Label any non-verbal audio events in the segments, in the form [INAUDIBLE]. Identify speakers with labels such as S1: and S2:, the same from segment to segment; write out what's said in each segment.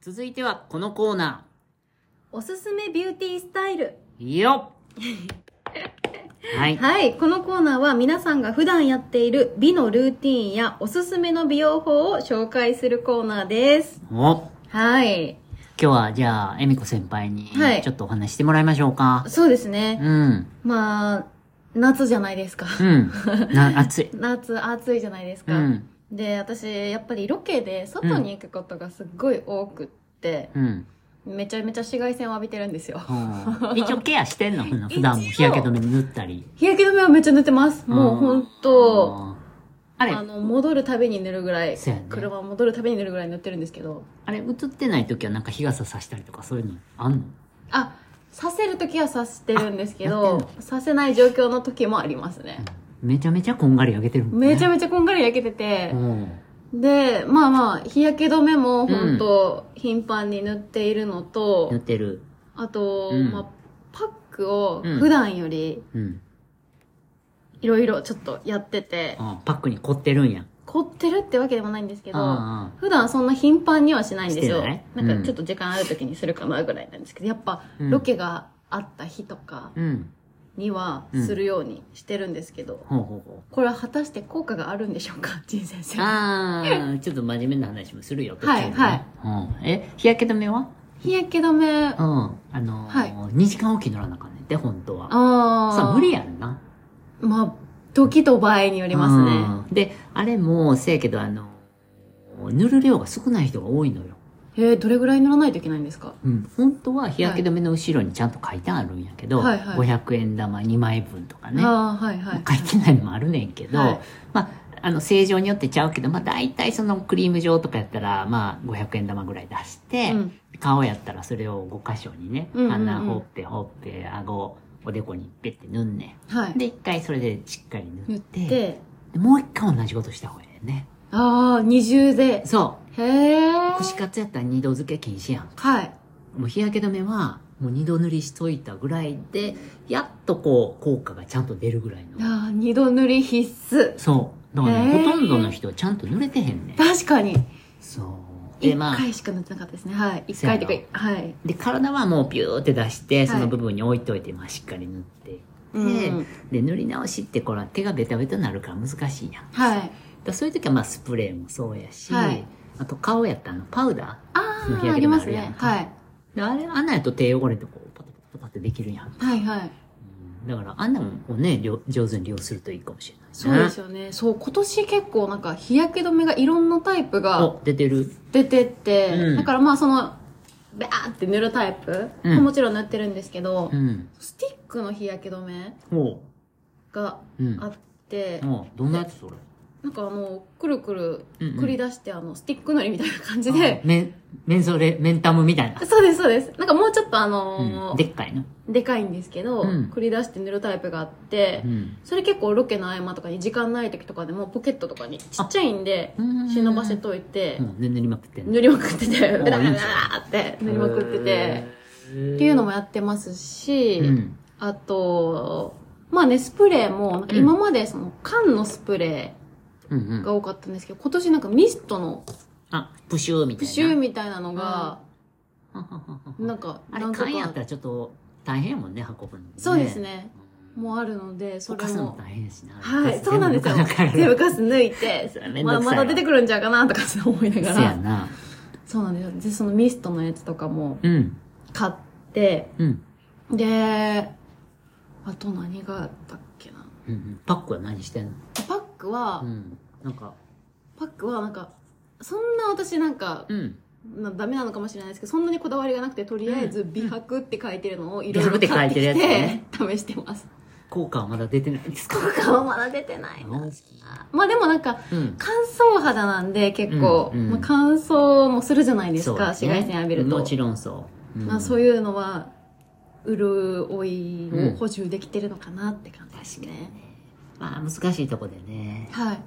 S1: 続いてはこのコーナ
S2: おすすめビューティースタイル。
S1: ー。よ
S2: [LAUGHS]
S1: っはい。
S2: はい。このコーナーは皆さんが普段やっている美のルーティンやおすすめの美容法を紹介するコーナーです。
S1: お
S2: はい。
S1: 今日はじゃあ、恵美子先輩に
S2: はい
S1: ちょっとお話ししてもらいましょうか。
S2: そうですね。
S1: うん。
S2: まあ、夏じゃないですか。
S1: うん。
S2: [LAUGHS]
S1: な、暑い。
S2: 夏暑いじゃないです
S1: う
S2: か。
S1: ん。
S2: で、私、やっぱりロケで外に行くことがすっごい多くって、
S1: うん。
S2: めちゃめちゃ紫外線を浴びてるんですよ。
S1: ほう一応ケアしてんの普段も日焼け止め塗ったり。
S2: 日焼け止めはめっちゃ塗ってます。もうほんと、
S1: あー。あれ、
S2: あの、戻るたびに塗るぐらい、
S1: そうやね
S2: 車戻るたびに塗るぐらい塗ってるんですけど、
S1: あれ映ってない時はなんか日傘さしたりとかそういうのあんの
S2: あ、させるときはさしてるんですけ
S1: あやっ
S2: ど
S1: て、
S2: させない状況の時もありますね。
S1: めちゃめちゃこんがり焼けてるもんね。
S2: めちゃ
S1: め
S2: めちゃこんがり焼けてて、
S1: うん。
S2: で、まあまあ、日焼け止めも本当頻繁に塗っているのと、
S1: 塗ってる。
S2: あと、
S1: うん
S2: まあ、パックを
S1: うん
S2: 普段より
S1: うん。
S2: いろいろちょっとやってて、
S1: あパックに凝ってるんや。
S2: 凝ってるってわけでもないんですけど、
S1: あ
S2: 普段そんな頻繁にはしないんですよ。
S1: してない
S2: なん
S1: うん
S2: かちょっと時間ある時にするかなぐらいなんですけど、やっぱ
S1: うん
S2: ロケがあった日とか
S1: あ。うん。
S2: にはするようにしてるんですけど、
S1: ほうほうほう。
S2: これは果たして効果があるんでしょう
S1: [LAUGHS]
S2: か、仁先生。
S1: ああ、ちょっと真面目な話もするよ、途中でね
S2: はい
S1: うん。え、日焼け止めは
S2: 日焼け止め、
S1: うん。
S2: あ
S1: あのー、
S2: はい
S1: 2時間おき乗らなあかんねんて、本当は。
S2: あー
S1: さあ、無理やんな。
S2: まあ、時と場合によりますね。
S1: ね。で、あれも、せやけど、あの、塗る量が少ない人が多いのよ。
S2: えー、どれぐらい塗らないといけないんですか
S1: うん、本当は日焼け止めの後ろにちゃんと書いてあるんやけど、
S2: はいはい
S1: 500円玉2枚分とかね、
S2: ああ、はいはい。
S1: 書いてないのもあるねんけど、
S2: はい
S1: まあ、あの正常によってちゃうけど、まあ、大体そのクリーム状とかやったら、まあ、500円玉ぐらい出して、
S2: うん
S1: 顔やったらそれを5箇所にね、
S2: うんうんうん
S1: 鼻ほっぺほっぺ顎おでこにぺって塗んね
S2: はい
S1: ん。で一回それでしっかり塗
S2: 塗
S1: っ
S2: ってて、
S1: でもう一回同じことした方がいいね
S2: ああ、二重で。
S1: そ
S2: へえ。
S1: う串カツやったら二度漬け禁止やん
S2: はい。
S1: もう日焼け止めはもう二度塗りしといたぐらいでやっとこう効果がちゃんと出るぐらいの
S2: ああ、二度塗り必須。
S1: そうだからね、
S2: へー
S1: ほとんどの人はちゃんと塗れてへんね
S2: 確かに。
S1: そうで
S2: 一
S1: まあ
S2: 回しか塗ってなかったですね。はい。一
S1: せや
S2: 回
S1: な
S2: というか、はい。
S1: で体はもうピューって出してその部分に置いといて、まあ、しっかり塗って
S2: うん。
S1: で塗り直しってこれは手がベタベタになるから難しいやんだか
S2: はい。
S1: らそういう時はまあスプレーもそうやし、
S2: はい
S1: あと顔やったらあのパウダ
S2: あ
S1: 日
S2: あ、
S1: 焼
S2: あ
S1: け
S2: り
S1: 止め
S2: ま
S1: あ
S2: す
S1: るやん
S2: ね。
S1: か
S2: はい。
S1: ーであれあんなんやと手汚れとこうパタパタパタってできるやん
S2: はいはい。
S1: うんだからあんなんをねりょ上手に利用するといいかもしれないね
S2: そうですよね。そう、今年結構なんか日焼け止めがいろんなタイプが
S1: お出てる
S2: 出てって、
S1: うん
S2: だからまあその、ベーって塗るタイプ、
S1: うん
S2: もちろん塗ってるんですけど、
S1: うん
S2: スティックの日焼け止め
S1: おう
S2: が
S1: うん
S2: あって、
S1: おうどんなやつそれ
S2: なんかあの、くるくる
S1: うんうん
S2: 繰り出して、あの、スティックのりみたいな感じで
S1: あ、メンメンソレメンタムみたいな、
S2: [LAUGHS] そうです、そうです。なんかもうちょっとあ
S1: うん、
S2: のー
S1: でっかいの
S2: でかいんですけど、
S1: うん
S2: 繰り出して塗るタイプがあって、
S1: うん
S2: それ結構ロケの合間とかに時間ない時とかでもポケットとかにちっちゃいんで
S1: うん
S2: 忍ばせといて、
S1: うん塗りまくってんの
S2: 塗りまくってて、
S1: うん
S2: ブラブラブラって塗りまくってて、っていうのもやってますし、
S1: うん
S2: あと、まあね、スプレーも、なんか今までその缶のスプレ
S1: うんう
S2: ー
S1: ん
S2: が多かったんですけど、今年なんかミストの
S1: あプシューみたい
S2: プ
S1: な
S2: シューみたいなのが、
S1: うん
S2: なんか、
S1: [LAUGHS] あれ
S2: なんとか
S1: 缶やったらちょっと大変やもんね運ぶのね
S2: そうですね。
S1: うん
S2: もうあるので、そ
S1: 溶
S2: れ
S1: かすの
S2: も。
S1: 大変やしな
S2: はい、そうなんですよ。全
S1: 全
S2: 部
S1: 部
S2: カス抜いて
S1: それめ、んど
S2: ま
S1: くさ
S2: だ
S1: いわ
S2: まだ出てくるんちゃうかなとかって思いな
S1: せ
S2: が
S1: や
S2: ら。
S1: な
S2: そうなんですよ。で、そのミストのやつとかも
S1: うん
S2: 買って、
S1: うん
S2: で、あと何があったっけな。
S1: うんうんパックは何してんの
S2: パックは、
S1: うんなんか
S2: パックはなんか、そんな私なんか、
S1: うん
S2: なダメなのかもしれないですけど、そんなにこだわりがなくて、とりあえず美白って書いてるのをいろいろ
S1: 美白
S2: 買
S1: っ
S2: ってて
S1: 書い
S2: き
S1: てるや
S2: て、試してます。
S1: 効果はまだ出てないんですか
S2: 効果はまだ出てないな。まあでもなんか、
S1: うん
S2: 乾燥肌なんで結構、
S1: うんうん
S2: まあ、乾燥もするじゃないです
S1: そう
S2: か、紫外線浴びると、
S1: もちろんそう、
S2: まあ、そう
S1: う
S2: いうのは潤い
S1: うん
S2: を補充できてるのかなって感じですね、
S1: んまあ難しいとこでね
S2: はい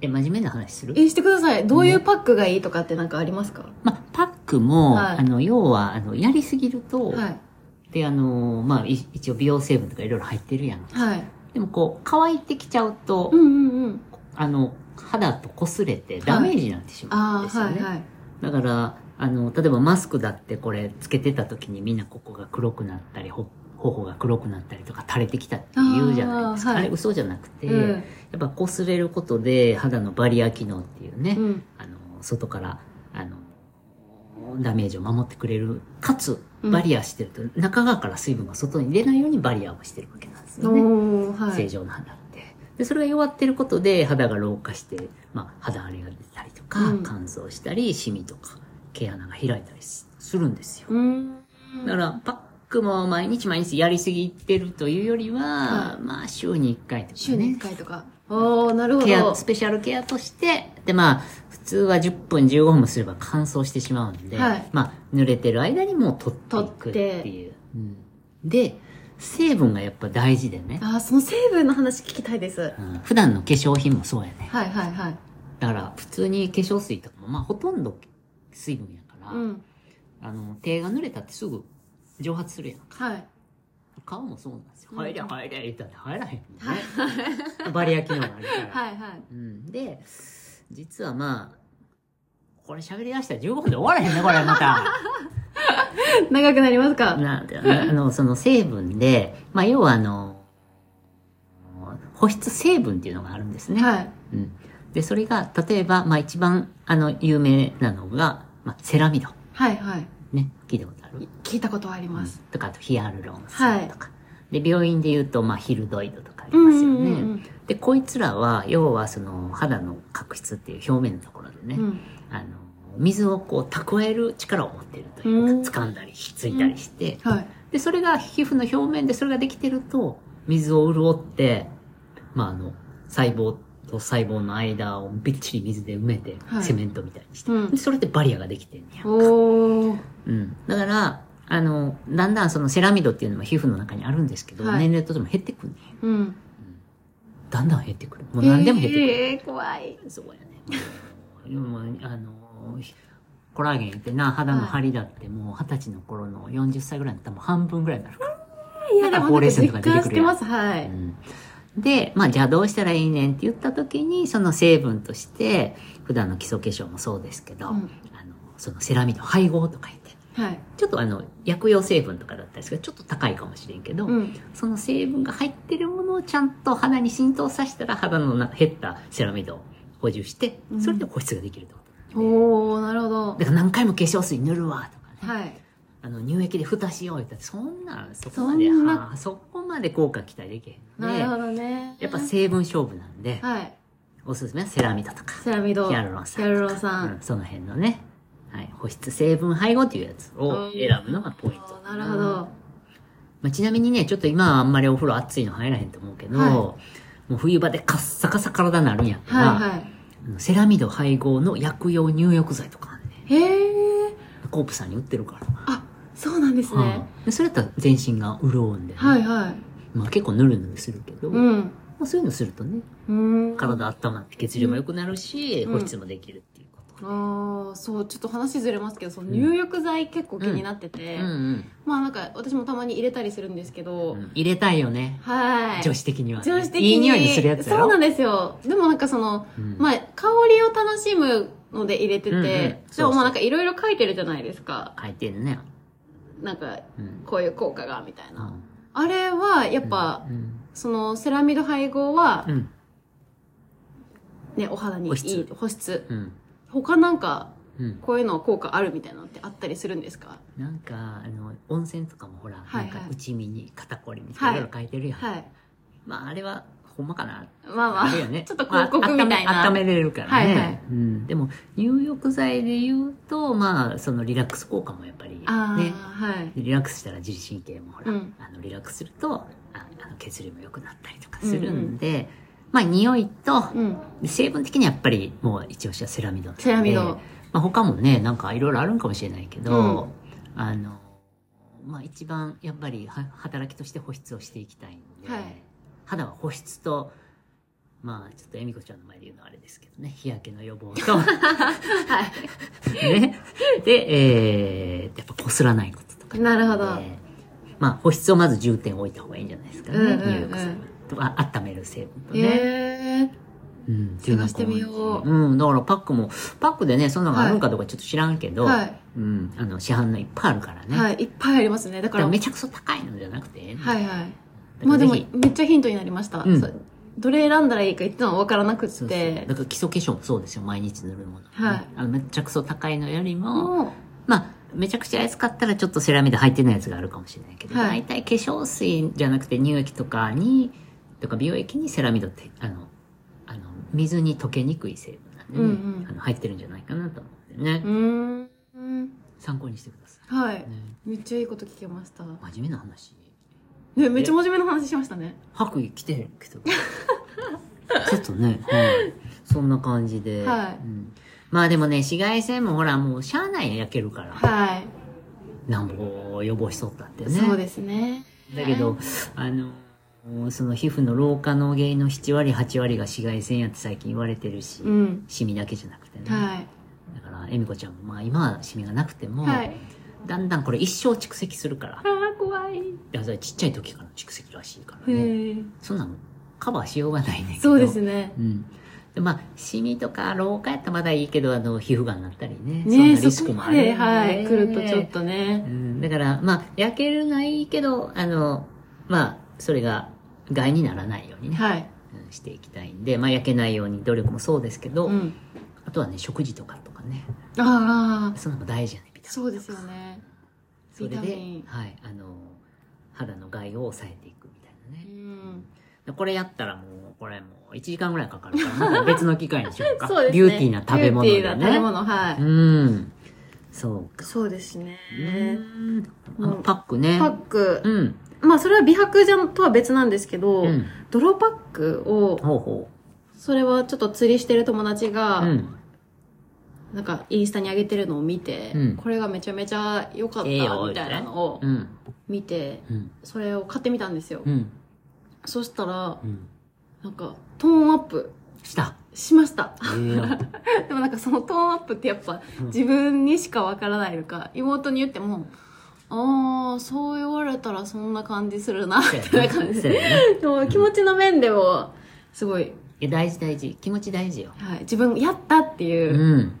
S1: え真面目な話する
S2: えしてくださいどういうパックがいいとかってなんかありますか、
S1: まあパックも、
S2: はい
S1: あの要はあのやりすぎると、
S2: はい
S1: であのまあい一応美容成分とかいろいろ入ってるやん
S2: はい
S1: でもこう乾いてきちゃうと、
S2: うんうんうん
S1: あの肌と擦れてダメージになってしまうん
S2: あ
S1: です
S2: あ
S1: よね、
S2: はいはい
S1: だからあの、例えばマスクだってこれつけてた時にみんなここが黒くなったり、ほ頬が黒くなったりとか垂れてきたって言うじゃないですか。
S2: あ
S1: あ,、
S2: ーはい
S1: れ嘘じゃなくて、
S2: うん
S1: やっぱ擦れることで肌のバリア機能っていうね、
S2: うん
S1: あの、外から、あの、ダメージを守ってくれる。かつ、
S2: うん
S1: バリアしてると、中側から水分が外に出ないようにバリアをしてるわけなんですよね。
S2: おーは
S1: 正
S2: い
S1: 常な肌って。で、それが弱ってることで肌が老化して、まあ、肌荒れが出たりとか、
S2: うん
S1: 乾燥したり、シミとか、毛穴が開いたりするんですよ。
S2: うーん
S1: だから、パックも毎日毎日やりすぎてるというよりは、
S2: は
S1: まあ、週に1回とかね。
S2: 週に1回とかおおなるほ
S1: ケア、
S2: ど
S1: スペシャルケアとして、で、まあ、普通は10分、15分もすれば乾燥してしまうんで、
S2: はい
S1: まあ、濡れてる間にもう取っていくっていう。うんで、成分がやっぱ大事でね、
S2: あーその成分の話聞きたいですは
S1: うん普段の化粧品もそうやね。
S2: いはいはい
S1: だから、普通に化粧水とかも、まあ、ほとんど水分やから、
S2: うん
S1: あの、手が濡れたってすぐ蒸発するやん。
S2: [LAUGHS] はい
S1: 顔もそうなんですよ。
S2: うん
S1: 入れ入れ言ったら入らへんもんね。バリア機能があるから。
S2: [LAUGHS] はいはい
S1: うん、で、実はまあ、これ喋り出したら15分で終わらへんね、これまた。
S2: 長くなります
S1: [LAUGHS]
S2: か
S1: なんてあの、その成分で、まあ要はあの、保湿成分っていうのがあるんですね。
S2: はい
S1: うん、で、それが、例えば、まあ一番あの、有名なのが、まあセラミド。
S2: はいはい
S1: ね、聞いたことある
S2: 聞いたことはあります
S1: とか、あとヒアルロン酸とか。で、病院で言うと、まあヒルドイドとかあり
S2: う
S1: ま
S2: ん
S1: すよ
S2: う
S1: ね。
S2: んうん
S1: で、こいつらは、要はその肌の角質っていう表面のところでね、
S2: うん
S1: あの、水をこう蓄える力を持っているというか、
S2: う
S1: 掴んだり、ひっついたりして、
S2: はい
S1: で、それが皮膚の表面でそれができてると、水を潤って、まあ、あの、細胞と細胞の間をびっちり水で埋めて、
S2: はい
S1: セメントみたいにして、
S2: うん
S1: でそれでバリアができてんねや。
S2: おお
S1: うん。だから、あの、だんだんそのセラミドっていうのも皮膚の中にあるんですけど、
S2: はい
S1: 年齢とともに減ってくるねん。
S2: うん
S1: だんだん減ってくる。もう何でも減ってくる。
S2: えー怖い
S1: そうやね。でも、あの、ひコラーゲンってな、肌の張りだってもう二十歳の頃の40歳ぐらいだったらもう半分ぐらいになるから。
S2: いや
S1: な
S2: で
S1: んか
S2: も
S1: ほうれい線
S2: 実
S1: とか出て
S2: 感
S1: く
S2: し
S1: る
S2: て
S1: やん
S2: ますは
S1: う
S2: い
S1: んで、まあ、じゃあどうしたらいいねんって言った時に、その成分として、普段の基礎化粧もそうですけど、
S2: うん
S1: あの、そのセラミド配合とか言って、
S2: はい
S1: ちょっとあの、薬用成分とかだったんですけど、ちょっと高いかもしれんけど、
S2: うん
S1: その成分が入ってるものをちゃんと肌に浸透させたら肌のな減ったセラミドを補充して
S2: うん
S1: それで保湿ができるってこと、
S2: おおなるほど
S1: だから何回も化粧水塗るわとかね、
S2: はい
S1: あの乳液で蓋しようよってそんなんそこ
S2: そ
S1: まで
S2: んな
S1: はあそこまで効果期待できへん
S2: なるほ
S1: ので
S2: どね
S1: やっぱ成分勝負なんで
S2: はい
S1: おすすめはセラミドとか
S2: セラミド
S1: ヒアルロン酸とか
S2: ヒアルロン酸
S1: うんその辺のね、はい、保湿成分配合っていうやつを選ぶのがポイント
S2: なるほど
S1: まあ、ちなみにね、ちょっと今はあんまりお風呂暑いの入らへんと思うけど、
S2: はい
S1: もう冬場でカッサカサ体になるんやったら、
S2: はいは
S1: あのセラミド配合の薬用入浴剤とかあるね。
S2: いへえ
S1: コープさんに売ってるから。
S2: あそうなんですね
S1: うんでそれだったら全身が潤うんで、ね
S2: はいはい
S1: まあ結構ぬるぬるするけど、
S2: う
S1: ま
S2: ん
S1: あ、そういうのするとね、
S2: うん
S1: 体温まって血流も良くなるし、
S2: うん
S1: 保湿もできるっていうこと。
S2: ああそうちょっと話ずれますけどその
S1: うん
S2: 入浴剤結構気になってて、
S1: うんうん
S2: まあなんか私もたまに入れたりするんですけど、
S1: うん入れたいよね。
S2: はい
S1: 女子的には、ね。
S2: 女子的に
S1: いい匂いにするやつだろ
S2: そうなんですよでもなんかその、
S1: うん
S2: まあ香りを楽しむので入れてて、
S1: うんうん
S2: で
S1: そうそう
S2: もまあなんかいろいろ書いてるじゃないですか
S1: 書いてんね。
S2: なんか
S1: うん。
S2: こういう効果がみたい
S1: う
S2: な、
S1: ん
S2: あれはやっぱ、
S1: うん
S2: そのセラミド配合は
S1: う、ん。
S2: ねお肌にいい
S1: 保
S2: 保
S1: 湿
S2: 湿
S1: うん。
S2: 他なんか
S1: うん。
S2: こういうの効果あるみたいなのってあったりするんですか
S1: なんか、あの、温泉とかもほら、
S2: はいはい
S1: なんか、内身に肩こりみたいなの書いてるやん。
S2: はい
S1: まあ、あれは、ほんまかな。
S2: まあまあ
S1: るよね。
S2: ちょっと広告みたいな
S1: まあ温め温めれるからね。
S2: はいはい
S1: うん。でも、入浴剤で言うと、まあ、そのリラックス効果もやっぱり、ね。
S2: ああ、はい。
S1: リラックスしたら自律神経もほら、
S2: うん
S1: あの、リラックスすると、ああの血流も良くなったりとかするんで、まあ、匂いと、
S2: うん。 [LAUGHS]
S1: 成分的にはやっぱり、もう一押しはセラミドなんで
S2: セラミド。
S1: まあ、他もねなんかいろいろあるんかもしれないけど、あのまあ一番やっぱりは働きとして保湿をしていきたいんで、
S2: はい
S1: 肌は保湿とまあちょっと恵美子ちゃんの前で言うのはあれですけどね日焼けの予防と
S2: [LAUGHS] は
S1: ねで、えー、やっぱこすらないこととか
S2: い。なるほど。
S1: でまあ保湿をまず重点を置いた方がいいんじゃないですかね、
S2: うんうんうん
S1: 入浴剤はあ温める成分とね、
S2: ええ
S1: うん、
S2: 探してみよう
S1: うん、だからパックも、パックでね、そんなのがあるんかどうかちょっと知らんけど、
S2: はい
S1: うん、あの、市販のいっぱいあるからね。
S2: はい、いっぱいありますね。
S1: だ
S2: だ
S1: か
S2: から、
S1: ら
S2: は
S1: め
S2: い
S1: ちゃくちゃ高いのじゃなくて、
S2: はい。
S1: だ
S2: ま
S1: か
S2: あ
S1: ら
S2: で
S1: ぜ
S2: も
S1: ひ、
S2: めっちゃヒントになりました。
S1: うん
S2: そうどれ選んだらいいか言ってたの分からなくっ
S1: そうそう
S2: て
S1: だ。から基礎化粧もそうですよ、毎日塗るもの。
S2: はい
S1: あのめちゃくそ高いのよりも、
S2: もう
S1: まあ、めちゃくちゃ安かったらちょっとセラミド入ってないやつがあるかもしれないけど、
S2: はい
S1: 大体化粧水じゃなくて乳液とかに、とか美容液にセラミドって、あの、あの、水に溶けにくい成分なんでね、
S2: うんうん
S1: あの入ってるんじゃないかなと思ってね、
S2: うーん。
S1: 参考にしてくださ
S2: はい
S1: い。。ね、
S2: めっちゃいいこと聞けました。
S1: 真面目な話。
S2: ね、めっちゃ真面目な話しましたね。
S1: 白衣着てる
S2: [LAUGHS]
S1: けど。ちょっとね、はい。そんな感じで。
S2: はい
S1: うんまあでもね、紫外線もほら、もう、しゃあないや焼けるから。
S2: はい。
S1: なんぼ予防しとったってね。
S2: そうですね。
S1: だけど、あの、その皮膚の老化の原因の7割、8割が紫外線やって最近言われてるし、
S2: うん。
S1: シミだけじゃなくてね。
S2: はい。
S1: だから、恵美子ちゃんも、まあ今はシミがなくても、
S2: はい。
S1: だんだんこれ一生蓄積するから、い
S2: ああ、怖い。
S1: やそれちっちゃい時からの蓄積らしいからね。
S2: へえ。
S1: そんなのカバーしようがないねんけど。
S2: そうですね。
S1: うん。でまあ、シミとか老化やったらまだいいけど、あの、皮膚がんになったりね。そん
S2: ね
S1: なリス
S2: そ
S1: ク
S2: こ
S1: も
S2: ま
S1: あるんで
S2: で、
S1: ね。
S2: はい、来るとちょっと
S1: う
S2: ね。
S1: んだから、まあ、焼けるのはいいけど、あの、まあ、それが害にならないようにね、
S2: はい。
S1: うんしていきたいんで、まあ、焼けないように努力もそうですけど、
S2: うん。
S1: あとはね、食事とかとかね、
S2: ああ、
S1: そんなのも大事やね、ビタミンとか
S2: そうですよ。ね。
S1: そ
S2: ビ
S1: れで
S2: タミン。
S1: はい、あの、肌の害を抑えていくみたいな
S2: う
S1: ね。
S2: ん。
S1: これやったらもう、これもう1時間ぐらいかかるから、また別の機会にしようか。
S2: [LAUGHS] そうですね。
S1: ビューティーな食べ物
S2: ビ
S1: で
S2: ューティー
S1: ね。
S2: な食べ物、はい。
S1: うん。そうか。
S2: そうですね。
S1: うんあ
S2: うん
S1: のパックね。
S2: パック。
S1: うん。
S2: まあ、それは美白じゃんとは別なんですけど、
S1: うん。
S2: 泥パックを、
S1: ほうほ
S2: それはちょっと釣りしてる友達
S1: う。
S2: が、
S1: うん。
S2: なんかインスタに上げてるのを見て、
S1: うん
S2: これがめちゃめちゃ良かった
S1: ええ
S2: み
S1: よ
S2: たいなのを
S1: うん。
S2: 見て、
S1: うん。
S2: それを買ってみたんですよ。
S1: うん。
S2: そしたら、
S1: うん。
S2: なんか、トーンアップ
S1: した。
S2: しました。 [LAUGHS]
S1: ええよ。
S2: でもなんかそのトーンアップってやっぱ
S1: うん
S2: 自分にしかわからないのか、妹に言っても、ああ、そう言われたらそんな感じするな、
S1: [LAUGHS]
S2: み
S1: そう
S2: たい
S1: や
S2: な感
S1: ね
S2: じ
S1: そう
S2: で。
S1: やね
S2: [LAUGHS] でも気持ちの面でも、すごい、
S1: いや大事大事。気持ち大事よ。
S2: はい、自分やったっていうう、
S1: ん。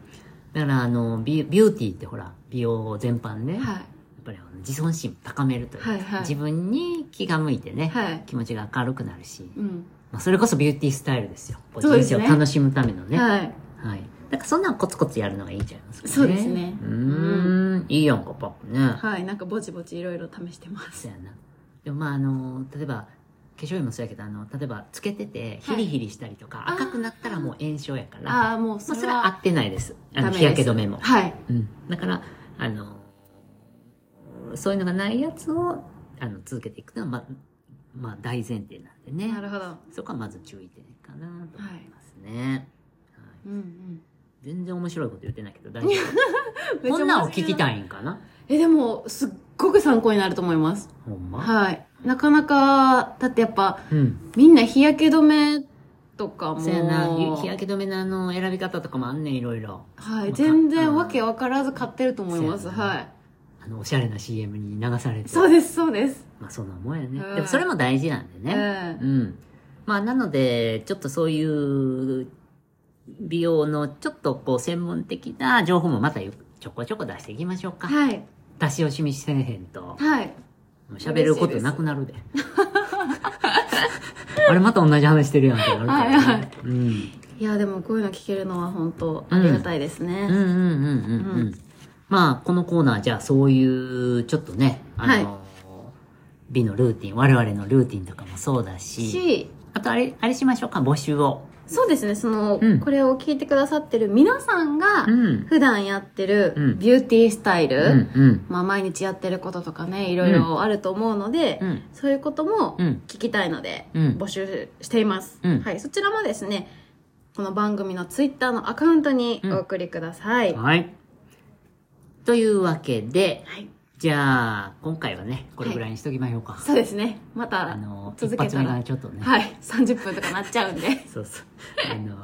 S1: だから、あの、ビュビューティーってほら、美容全般ね。やっ
S2: は
S1: ぱりあの自尊心高めるというか、
S2: はいはい
S1: 自分に気が向いてね、
S2: はい
S1: 気持ちが明るくなるし、
S2: い、うん、
S1: まあ、それこそビューティースタイルですよ。こう
S2: そうで
S1: 人
S2: す
S1: 生を
S2: ね
S1: 楽しむためのね。はい。
S2: はい。
S1: だからそんなんコツコツやるのがいいんちゃいますかね。
S2: そうですね
S1: うーん。いいやんか、パックね。
S2: はい、なんかぼちぼちいろいろ試してます。
S1: そうやな。でもまああの、例えば、化粧品もそうやけど、あの、例えば、つけてて、ヒリヒリしたりとか、
S2: あー
S1: 赤くなったらもう炎症やから、ま
S2: ああ、もう
S1: あ
S2: そ
S1: それ
S2: れ
S1: は合
S2: は
S1: ってないです。あ
S2: ダメ
S1: の、
S2: です
S1: 日焼け止めも。
S2: はい。
S1: うん。だから、あの、そういうのがないやつを、あの、続けていくのは、ま、まあ、大前提なんでね。
S2: なるほど。は
S1: そこはまず注意点かなと思いますね。はい
S2: い。うん
S1: 全然面白いこと言ってないけど、
S2: [LAUGHS]
S1: 大丈
S2: う
S1: 夫。
S2: ん。
S1: こんなんを聞き
S2: い。
S1: たいんかな
S2: え、でも、すっごく参考になると思います。
S1: ほんま、
S2: はい。なかなか、だってやっぱ、
S1: うん。
S2: みんな日焼け止めとかも。
S1: そうやな。ゆ日焼け止めのあの、選び方とかもあんねん、いろいろ。
S2: はい。
S1: まあ
S2: 全
S1: う
S2: 然
S1: ん
S2: わけわからず買ってると思います。
S1: そうやな
S2: はい。
S1: あの、おしゃれな CM に流されて。
S2: そうです、そうです。
S1: まあ、そんなもんやね。
S2: うん
S1: でも、それも大事なんでね。
S2: ええ
S1: うん。まあ、なので、ちょっとそういう、美容のちょっとこう、専門的な情報もまたゆちょこちょこ出していきましょうか。
S2: はい。
S1: 出し惜しみせえへんと、
S2: はい。
S1: 喋ることなくなるで。 [LAUGHS] あれ、また同じ話してるやんってなるからね。
S2: はいはい
S1: うん。
S2: いや、でもこういうの聞けるのは本当ありがたいですね。
S1: うんうんうんうんう
S2: うん
S1: ん。まあ、このコーナー、じゃあそういう、ちょっとね、あの、
S2: はい
S1: 美のルーティン、我々のルーティンとかもそうだし、
S2: し、
S1: あとあれ、あれしましょうか、募集を。
S2: そうですね、その、
S1: うん
S2: これを聞いてくださってる皆さんが
S1: う、ん。
S2: 普段やって
S1: う
S2: る
S1: ん
S2: ビューティースタイル、
S1: うんうん。
S2: まあ毎日やってることとかね、いろいろあると思うので、
S1: うん
S2: そういうことも
S1: うん
S2: 聞きたいので、
S1: うん
S2: 募集しています、
S1: うん
S2: はい、そちらもですね、この番組のツイッターのアカウントに
S1: うん
S2: お送りください。は
S1: はい。というわけで、
S2: い。
S1: じゃあ、今回はね、これぐらいにしときましょうか。
S2: そうですね。ま
S1: あ
S2: た
S1: の、
S2: 続
S1: 一
S2: け
S1: 発
S2: た
S1: 目
S2: ら、
S1: がちょっとね、
S2: はい、30分とかなっちゃうんで。
S1: そうそう。あの、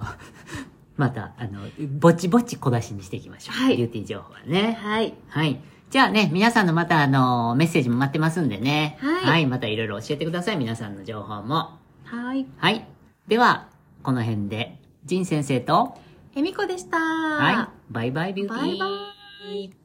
S1: [LAUGHS] また、あの、ぼちぼち小出しにしていきましょう。
S2: はい
S1: ビューティー情報はね。
S2: はい。
S1: はい。じゃあね、皆さんのまたあの、メッセージも待ってますんでね。
S2: はい
S1: またいろいろ教えてください。皆さんの情報も。
S2: はい。
S1: はい。では、この辺で。仁先生と、
S2: えみこでした。
S1: はい、バイバイビューティ
S2: バ
S1: ー。
S2: イバイ。